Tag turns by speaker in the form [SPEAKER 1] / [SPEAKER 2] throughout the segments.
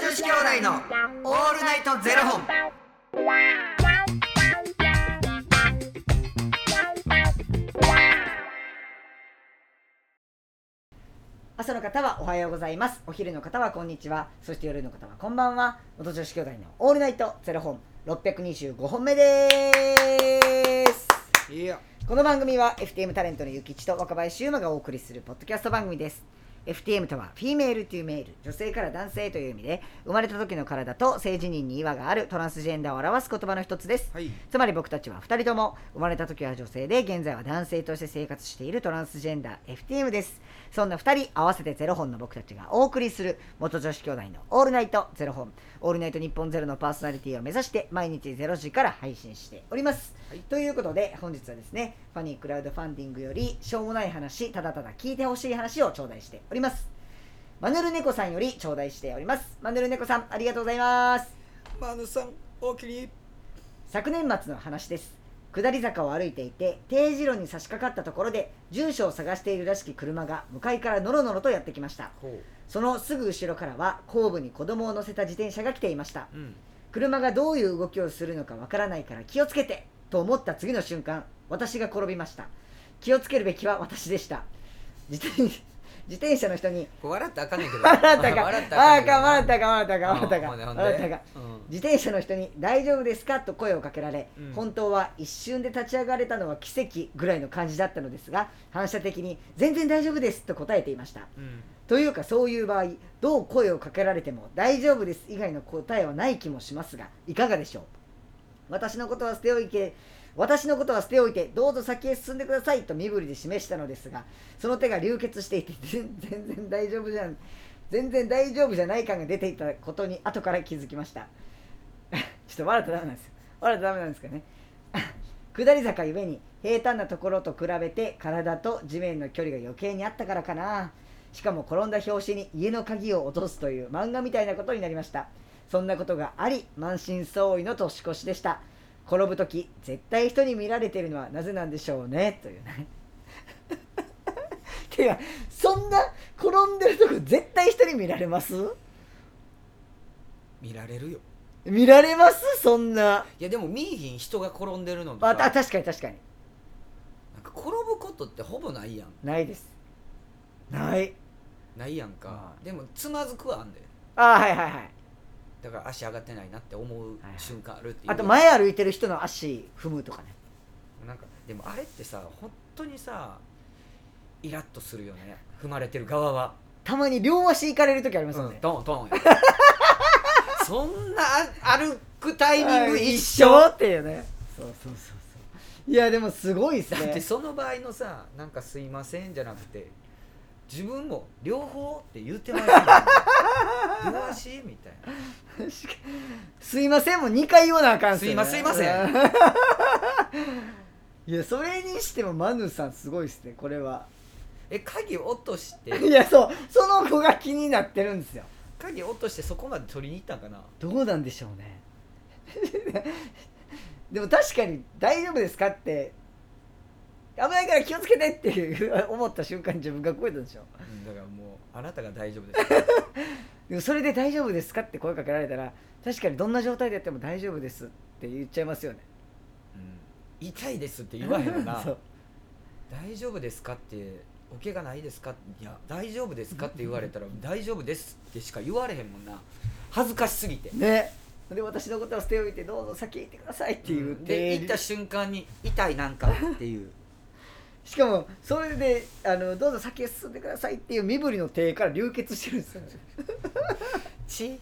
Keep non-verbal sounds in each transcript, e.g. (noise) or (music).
[SPEAKER 1] 子兄弟のオールナイトゼロ本。
[SPEAKER 2] 朝の方はおはようございますお昼の方はこんにちはそして夜の方はこんばんは元女子兄弟のオールナイトゼロ本625本目です
[SPEAKER 1] いいよ。
[SPEAKER 2] この番組は FTM タレントのゆきちと若林優馬がお送りするポッドキャスト番組です FTM とはフィメールというメール女性から男性という意味で生まれた時の体と性自認に違和があるトランスジェンダーを表す言葉の一つです、
[SPEAKER 1] はい。
[SPEAKER 2] つまり僕たちは2人とも生まれた時は女性で現在は男性として生活しているトランスジェンダー FTM ですそんな2人合わせてゼロ本の僕たちがお送りする元女子兄弟の「オールナイトゼロ本」「オールナイト日本ゼロのパーソナリティを目指して毎日0時から配信しております、
[SPEAKER 1] はい
[SPEAKER 2] ということで本日はですねファニークラウドファンディングよりしょうもない話ただただ聞いてほしい話を頂戴しておりますマヌルネコさんより頂戴しておりますマヌルネコさんありがとうございます
[SPEAKER 1] マヌさん、おおきに。
[SPEAKER 2] 昨年末の話です下り坂を歩いていて丁字路に差し掛かったところで住所を探しているらしき車が向かいからノロノロとやってきました
[SPEAKER 1] ほ
[SPEAKER 2] そのすぐ後ろからは後部に子供を乗せた自転車が来ていました
[SPEAKER 1] う。うん。
[SPEAKER 2] 車がどういう動きをするのかわからないから気をつけてと思った次の瞬間私が転びました気をつけるべきは私でした自転自転車の人に
[SPEAKER 1] こう笑ったらあかんねんけど。
[SPEAKER 2] 笑ったか
[SPEAKER 1] 笑った
[SPEAKER 2] あ
[SPEAKER 1] ら
[SPEAKER 2] あか笑っ
[SPEAKER 1] あ
[SPEAKER 2] たか笑ったか
[SPEAKER 1] んねん
[SPEAKER 2] 笑ったか
[SPEAKER 1] あほんでほんで
[SPEAKER 2] 笑ったか
[SPEAKER 1] うん
[SPEAKER 2] 自転車の人に「大丈夫ですか?」と声をかけられ、
[SPEAKER 1] うん
[SPEAKER 2] 本当は一瞬で立ち上がれたのは奇跡ぐらいの感じだったのですが反射的に「全然大丈夫です」と答えていました
[SPEAKER 1] うん。
[SPEAKER 2] というかそういう場合どう声をかけられても「大丈夫です」以外の答えはない気もしますがいかがでしょう私のことは捨ておいて私のことは捨ておいてどうぞ先へ進んでくださいと身振りで示したのですがその手が流血していて全全然大丈夫じゃん全然大丈夫じゃない感が出ていたことに後から気づきました (laughs) ちょっと笑ったらダメなんですよ笑ったらダメなんですかね (laughs) 下り坂ゆえに平坦なところと比べて体と地面の距離が余計にあったからかなしかも転んだ拍子に家の鍵を落とすという漫画みたいなことになりましたそんなことがあり満身創痍の年越しでした転ぶ時絶対人に見られてるのはなぜなんでしょうねというね (laughs) てかそんな転んでるとこ絶対人に見られます
[SPEAKER 1] 見られるよ。
[SPEAKER 2] 見られますそんない
[SPEAKER 1] やでも見えひん人が転んでるのと
[SPEAKER 2] まあ
[SPEAKER 1] かなん
[SPEAKER 2] た
[SPEAKER 1] か
[SPEAKER 2] 確かに確かに
[SPEAKER 1] 転ぶことってほぼないやん
[SPEAKER 2] ないですない
[SPEAKER 1] ないやんかでもつまずくはあんで
[SPEAKER 2] ああはいはいはい
[SPEAKER 1] だから足上がってないなって思う
[SPEAKER 2] はいはい
[SPEAKER 1] 瞬間あるっていう
[SPEAKER 2] あと前歩いてる人の足踏むとかね
[SPEAKER 1] なんかでもあれってさ本当にさイラッとするよね踏まれてる側は、
[SPEAKER 2] たまに両足行かれる時ありますよ
[SPEAKER 1] う
[SPEAKER 2] ね
[SPEAKER 1] ん、、ドンドンそんなあ歩くタイミング一緒
[SPEAKER 2] 緒っていうねそうそうそうそういやでもすごいっす
[SPEAKER 1] だって
[SPEAKER 2] ね
[SPEAKER 1] その場合のさなんかすいませんじゃなくて自分も両方って言う
[SPEAKER 2] (laughs)
[SPEAKER 1] てますよね両足みたいな
[SPEAKER 2] すいませんも2回言わなあかんっよね
[SPEAKER 1] すいませんすい
[SPEAKER 2] (laughs) いやそれにしてもマヌさんすごいっすねこれは
[SPEAKER 1] え鍵落として
[SPEAKER 2] いやそうその子が気になってるんですよ
[SPEAKER 1] 鍵落としてそこまで取りに行ったんかな
[SPEAKER 2] どうなんでしょうね (laughs) でも確かに「大丈夫ですか?」って「危ないから気をつけて」っていう思った瞬間に自分が声たんでしょ
[SPEAKER 1] うんだからもうあなたが大丈
[SPEAKER 2] (laughs)
[SPEAKER 1] 夫です
[SPEAKER 2] でもそれで「大丈夫ですか?」って声かけられたら確かにどんな状態でやっても「大丈夫です」って言っちゃいますよね
[SPEAKER 1] うん痛いですって言わへんよ
[SPEAKER 2] (laughs)
[SPEAKER 1] な
[SPEAKER 2] そう
[SPEAKER 1] 大丈夫ですかってお怪我ないですかいや大丈夫ですかって言われ
[SPEAKER 2] (laughs)
[SPEAKER 1] たら大丈夫ですってしか言われへんもんな恥ずかしすぎて
[SPEAKER 2] ねで私のことは捨ておいてどうぞ先へ行ってくださいっていう、
[SPEAKER 1] うんで行った瞬間に痛いなんかって
[SPEAKER 2] (laughs)
[SPEAKER 1] いう
[SPEAKER 2] しかもそれであのどうぞ先へ進んでくださいっていう身振りの手から流血してるんですよね
[SPEAKER 1] 血
[SPEAKER 2] い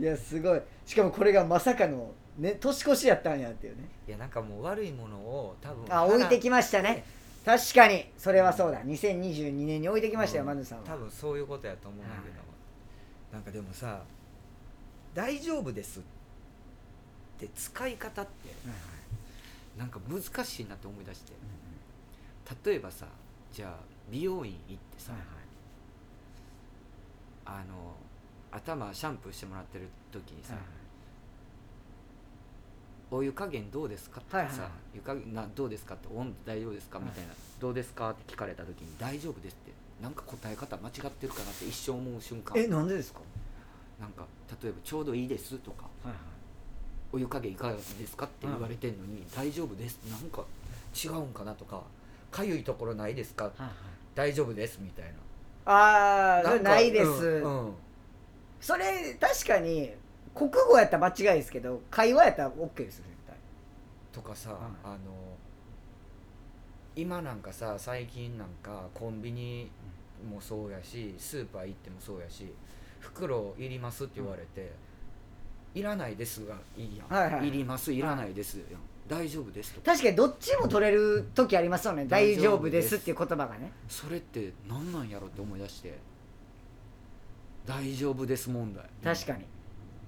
[SPEAKER 2] やすごいしかもこれがまさかのね年越しやったんやっていうね
[SPEAKER 1] いやなんかもう悪いものを多分
[SPEAKER 2] あ置いてきましたね確かにそれはそうだ2022年に置いて
[SPEAKER 1] て
[SPEAKER 2] きましたよ、マヌさん
[SPEAKER 1] 多
[SPEAKER 2] は
[SPEAKER 1] 分そういうことやと思うんだけど、
[SPEAKER 2] は
[SPEAKER 1] なんかでもさ「大丈夫です」って使い方ってなんか難しいなって思い出して例えばさじゃあ美容院行ってさ、あの頭シャンプーしてもらってる時にさ「お湯加減どうですか?」ってさ、
[SPEAKER 2] はいはいはい
[SPEAKER 1] 湯加減な「どうですか?」って「温度大丈夫ですか?」みたいな「どうですか?」って聞かれた時に「大丈夫です」ってなんか答え方間違ってるかなって一生思う瞬間
[SPEAKER 2] えなんでですか
[SPEAKER 1] なんか例えば「ちょうどいいです」とか
[SPEAKER 2] はいはい
[SPEAKER 1] 「お湯加減いかがですか?」って言われてんのに「大丈夫です」なんか違うんかなとか「かゆいところないですか?
[SPEAKER 2] はいはい」
[SPEAKER 1] 「大丈夫です」みたい
[SPEAKER 2] あ
[SPEAKER 1] な
[SPEAKER 2] あ
[SPEAKER 1] なんか
[SPEAKER 2] ないです、
[SPEAKER 1] うんうん
[SPEAKER 2] それ確かに国語やったら間違いですけど会話やったら OK ですよ絶対
[SPEAKER 1] とかさ、
[SPEAKER 2] はい
[SPEAKER 1] あの今なんかさ最近なんかコンビニもそうやしスーパー行ってもそうやし「袋いります」って言われて「いらないです」がいいやん「
[SPEAKER 2] はいはい
[SPEAKER 1] ります」「いらないです」やん「大丈夫です」とか
[SPEAKER 2] 確かにどっちも取れる時ありますよね「大
[SPEAKER 1] 大
[SPEAKER 2] 丈
[SPEAKER 1] 丈
[SPEAKER 2] 夫
[SPEAKER 1] 夫
[SPEAKER 2] で」
[SPEAKER 1] ですす
[SPEAKER 2] っていう言葉がね
[SPEAKER 1] それって何なんやろって思い出して「大丈夫です」問題
[SPEAKER 2] 確かに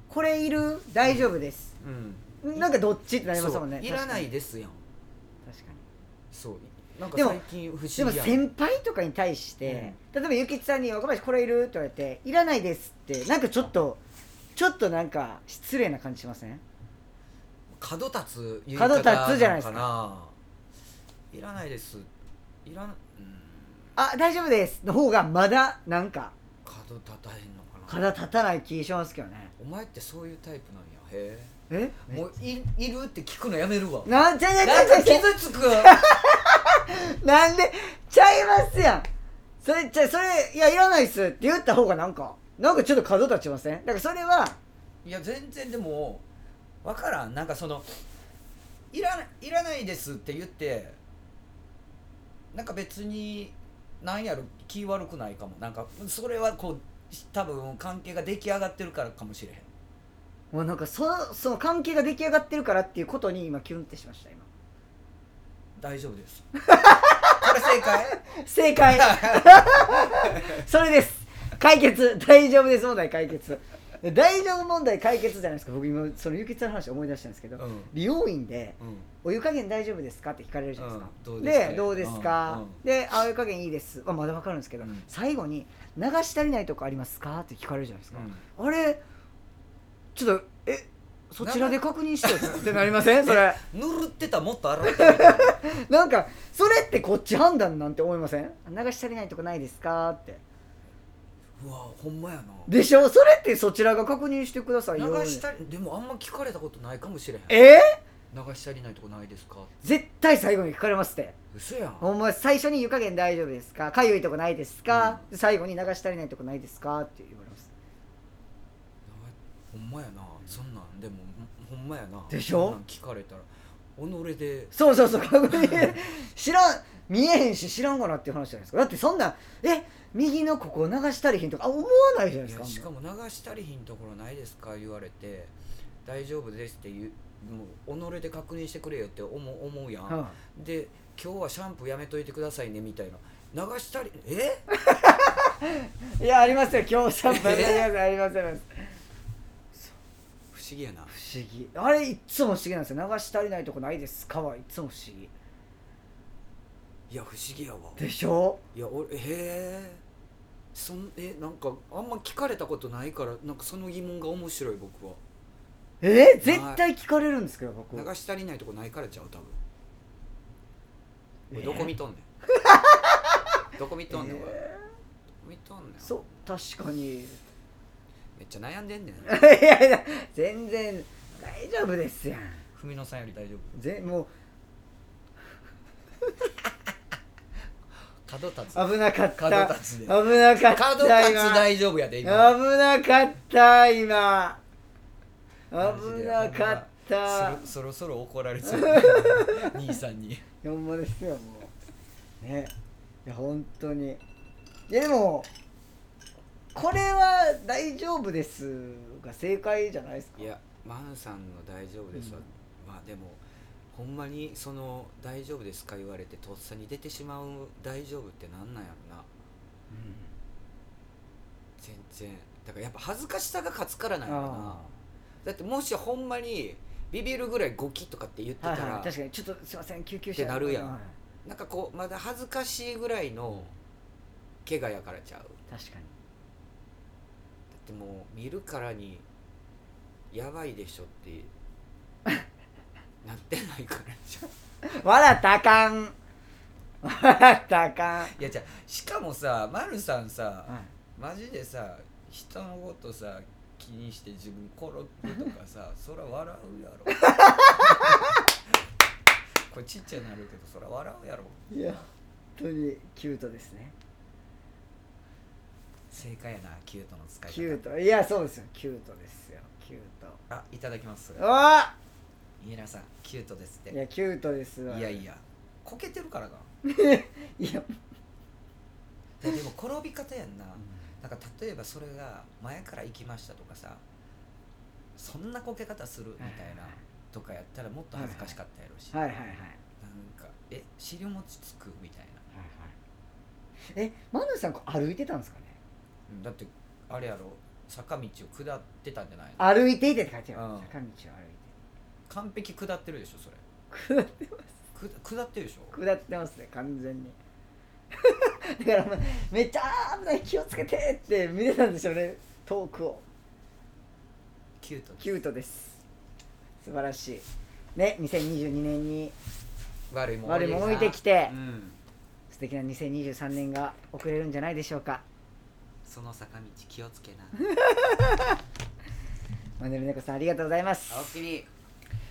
[SPEAKER 2] これいる大丈夫です
[SPEAKER 1] うん
[SPEAKER 2] なんかどっちってなりますもんね
[SPEAKER 1] そういらな
[SPEAKER 2] 確
[SPEAKER 1] いですやん
[SPEAKER 2] かに確かに
[SPEAKER 1] そうなんか
[SPEAKER 2] でも
[SPEAKER 1] 最近不思議
[SPEAKER 2] で
[SPEAKER 1] や
[SPEAKER 2] も
[SPEAKER 1] ん
[SPEAKER 2] 先輩とかに対して、例えばゆきちさんに「若林これいる?」って言われて「いらないです」ってなんかちょっとちょっとなんか失礼な感じしません
[SPEAKER 1] 角立つ言
[SPEAKER 2] 角立つじゃないですか
[SPEAKER 1] いらないですいらなうん
[SPEAKER 2] あ大丈夫ですの方がまだなんか
[SPEAKER 1] 角立たへんのかな
[SPEAKER 2] 体立たない気しますけどね
[SPEAKER 1] お前ってそういうタイプなんやへ
[SPEAKER 2] え
[SPEAKER 1] えもういいるって聞くのやめるわ
[SPEAKER 2] なんちゃいちゃ
[SPEAKER 1] ないん
[SPEAKER 2] ちゃ
[SPEAKER 1] か
[SPEAKER 2] いちゃい
[SPEAKER 1] 傷つく
[SPEAKER 2] なんでちゃいますやんそれちゃいそれいやいらないっすって言った方がなんかなんかちょっと角立ちませんだからそれはい
[SPEAKER 1] や全然でもわからんなんかそのいらないらないですって言ってなんか別になんやろ気悪くないかもなんかそれはこう多分関係が出来上がってるからかもしれへん
[SPEAKER 2] もうなんかそその関係が出来上がってるからっていうことに今キュンってしました今
[SPEAKER 1] 大丈夫ですこれ正解
[SPEAKER 2] 正
[SPEAKER 1] (laughs)
[SPEAKER 2] 解それです解決大丈夫です問題解決大丈夫問題解決じゃないですか僕今そのゆきつの話思い出したんですけど、
[SPEAKER 1] うんうん
[SPEAKER 2] 美容院で「お湯加減大丈夫ですか?」って聞かれるじゃないですか、
[SPEAKER 1] うんどうですか
[SPEAKER 2] で「どうですか
[SPEAKER 1] うんうん
[SPEAKER 2] で「あお湯加減いいです」まあ、まだ分かるんですけど、
[SPEAKER 1] うん
[SPEAKER 2] 最後に「流し足りないとこありますか?」って聞かれるじゃないですか、
[SPEAKER 1] う
[SPEAKER 2] あれちょっとえそちらで確認してってなりま
[SPEAKER 1] (laughs)
[SPEAKER 2] せんそれ
[SPEAKER 1] んぬるってたらもっと洗ってみたい
[SPEAKER 2] なんかそれってこっち判断なんて思いません流し足りないとこないですかって
[SPEAKER 1] うわほんまやな
[SPEAKER 2] でしょそれってそちらが確認してくださいよ
[SPEAKER 1] 流したりでもあんま聞かれたことないかもしれへん
[SPEAKER 2] え
[SPEAKER 1] 流したりないとこないですか
[SPEAKER 2] 絶対最後に聞かれますって
[SPEAKER 1] 嘘やん
[SPEAKER 2] お前最初に湯加減大丈夫ですかかゆいとこないですか、最後に流し足りないとこないですかって言われます
[SPEAKER 1] ほんまやなそんなんでもほんまやな
[SPEAKER 2] でしょ
[SPEAKER 1] そんなん聞かれたら己で
[SPEAKER 2] そうそうそう (laughs) 確認知らん見えへんし知らんかなっていう話じゃないですかだってそんなえ右のここ流し足りひんとかあ思わないじゃないです
[SPEAKER 1] いや
[SPEAKER 2] か
[SPEAKER 1] しかも流したりひんところないですか言われて大丈夫ですって言うもう己で確認してくれよって思う思うやん、
[SPEAKER 2] はい
[SPEAKER 1] で今日はシャンプーやめといてくださいねみたいな流したりえ
[SPEAKER 2] いやありますよ今日シャンプーあ (laughs) りますありますあります
[SPEAKER 1] 不思議やな
[SPEAKER 2] 不思議あれいっつも不思議なんですよ流し足りないとこないですかはいっつも不思議
[SPEAKER 1] いや不思議やわ
[SPEAKER 2] でしょ
[SPEAKER 1] いや俺へえそんえなんかあんま聞かれたことないからなんかその疑問が面白い僕は
[SPEAKER 2] えー、絶対聞かれるんですけど僕
[SPEAKER 1] 流し足りないとこないからちゃう多分
[SPEAKER 2] えー
[SPEAKER 1] どこ見とんね
[SPEAKER 2] (laughs)
[SPEAKER 1] んどこ見とんねん、俺ど
[SPEAKER 2] え
[SPEAKER 1] こ見とんねん
[SPEAKER 2] そう確かにい
[SPEAKER 1] めっちゃ悩んでん
[SPEAKER 2] (laughs)
[SPEAKER 1] ねん
[SPEAKER 2] やいや全然大丈夫ですやん
[SPEAKER 1] 文野さんより大丈夫
[SPEAKER 2] ぜもう
[SPEAKER 1] 角立つ
[SPEAKER 2] 危なかった
[SPEAKER 1] 角立つ
[SPEAKER 2] 危
[SPEAKER 1] で
[SPEAKER 2] なかった
[SPEAKER 1] 角立つ大丈夫やで
[SPEAKER 2] 今危
[SPEAKER 1] 今
[SPEAKER 2] なかった今危
[SPEAKER 1] マジで
[SPEAKER 2] なかった
[SPEAKER 1] そろそろそろ怒られそう
[SPEAKER 2] (laughs)
[SPEAKER 1] 兄さんに
[SPEAKER 2] ほんまですよもうねいや本当にいやでもこれは大丈夫ですが正解じゃないですか
[SPEAKER 1] いやマンさんの「大丈夫ですは」まあでもほんまにその「大丈夫ですか?」言われてとっさに出てしまう「大丈夫」ってなんなんやろな全然だからやっぱ恥ずかしさが勝つからなんやろな
[SPEAKER 2] あ
[SPEAKER 1] だってもしほんまにビビるぐらいゴキとかって言って
[SPEAKER 2] あ
[SPEAKER 1] た
[SPEAKER 2] はい
[SPEAKER 1] ら、
[SPEAKER 2] はい確かにちょっとすいません救急
[SPEAKER 1] っ
[SPEAKER 2] 車
[SPEAKER 1] てなるやん
[SPEAKER 2] はい
[SPEAKER 1] なんかこうまだ恥ずかしいぐらいの怪我やからちゃうだ
[SPEAKER 2] 確かに
[SPEAKER 1] ってもう見るからにやばいでしょって (laughs) なってないからちゃう
[SPEAKER 2] 笑ったらあかんあったらあかん、
[SPEAKER 1] いやじゃあしかもさ、ま、るさんさ
[SPEAKER 2] うん
[SPEAKER 1] マジでさ人のことさ気にして自分転ぶとか (laughs) さそら笑う (laughs) やろこれちっちゃなるけどそら笑うやろ
[SPEAKER 2] いや本当にキュートですね
[SPEAKER 1] 正解やなキュートの使い方
[SPEAKER 2] キュートいやそうですよキュートですよキュート
[SPEAKER 1] あいただきます
[SPEAKER 2] あ
[SPEAKER 1] 皆さんキュートですって
[SPEAKER 2] いやキュートですわ
[SPEAKER 1] いやいやこけてるからか
[SPEAKER 2] いや
[SPEAKER 1] ででも転び方やんななんか例えばそれが前から行きましたとかさそんなこけ方するみたいなとかやったらもっと恥ずかしかったやろし、
[SPEAKER 2] はいはいはいはい
[SPEAKER 1] なんかえ尻餅つくみたいな
[SPEAKER 2] えマヌさんこう歩いてたんですかね
[SPEAKER 1] だってあれやろ坂道を下ってたんじゃないの
[SPEAKER 2] 歩いていてって書いてある、
[SPEAKER 1] うん
[SPEAKER 2] 坂道を歩いて
[SPEAKER 1] 完璧下ってるでしょそれ
[SPEAKER 2] 下って
[SPEAKER 1] く下ってるでしょ
[SPEAKER 2] 下ってますね完全に (laughs) だからお前めっちゃあー危ない気をつけてって見てたんでしょうね遠くを
[SPEAKER 1] キュート
[SPEAKER 2] キュートです素晴らしいね2022年に
[SPEAKER 1] 悪いもん
[SPEAKER 2] 我も
[SPEAKER 1] 多
[SPEAKER 2] 置
[SPEAKER 1] ない
[SPEAKER 2] てきて
[SPEAKER 1] うん
[SPEAKER 2] 素敵な2023年が送れるんじゃないでしょうか
[SPEAKER 1] その坂道気を
[SPEAKER 2] (laughs)
[SPEAKER 1] つけな
[SPEAKER 2] マネルネコさんありがとうございます
[SPEAKER 1] 青木に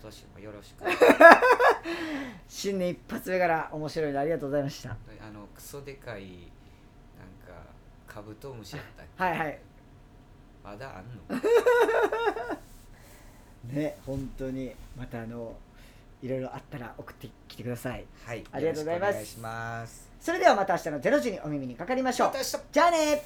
[SPEAKER 1] 今年もよろしく (laughs)
[SPEAKER 2] 新年一発目から面白いのありがとうございました
[SPEAKER 1] あのクソでかいなんかカブトムシやったっけ
[SPEAKER 2] はいはい
[SPEAKER 1] まだあんの
[SPEAKER 2] ね本当にまたあのいろいろあったら送ってきてください
[SPEAKER 1] はい
[SPEAKER 2] ありがとうございます
[SPEAKER 1] よろしくお願いします
[SPEAKER 2] それではまた明日の0時にお耳にかかりましょう
[SPEAKER 1] また明日
[SPEAKER 2] じゃあね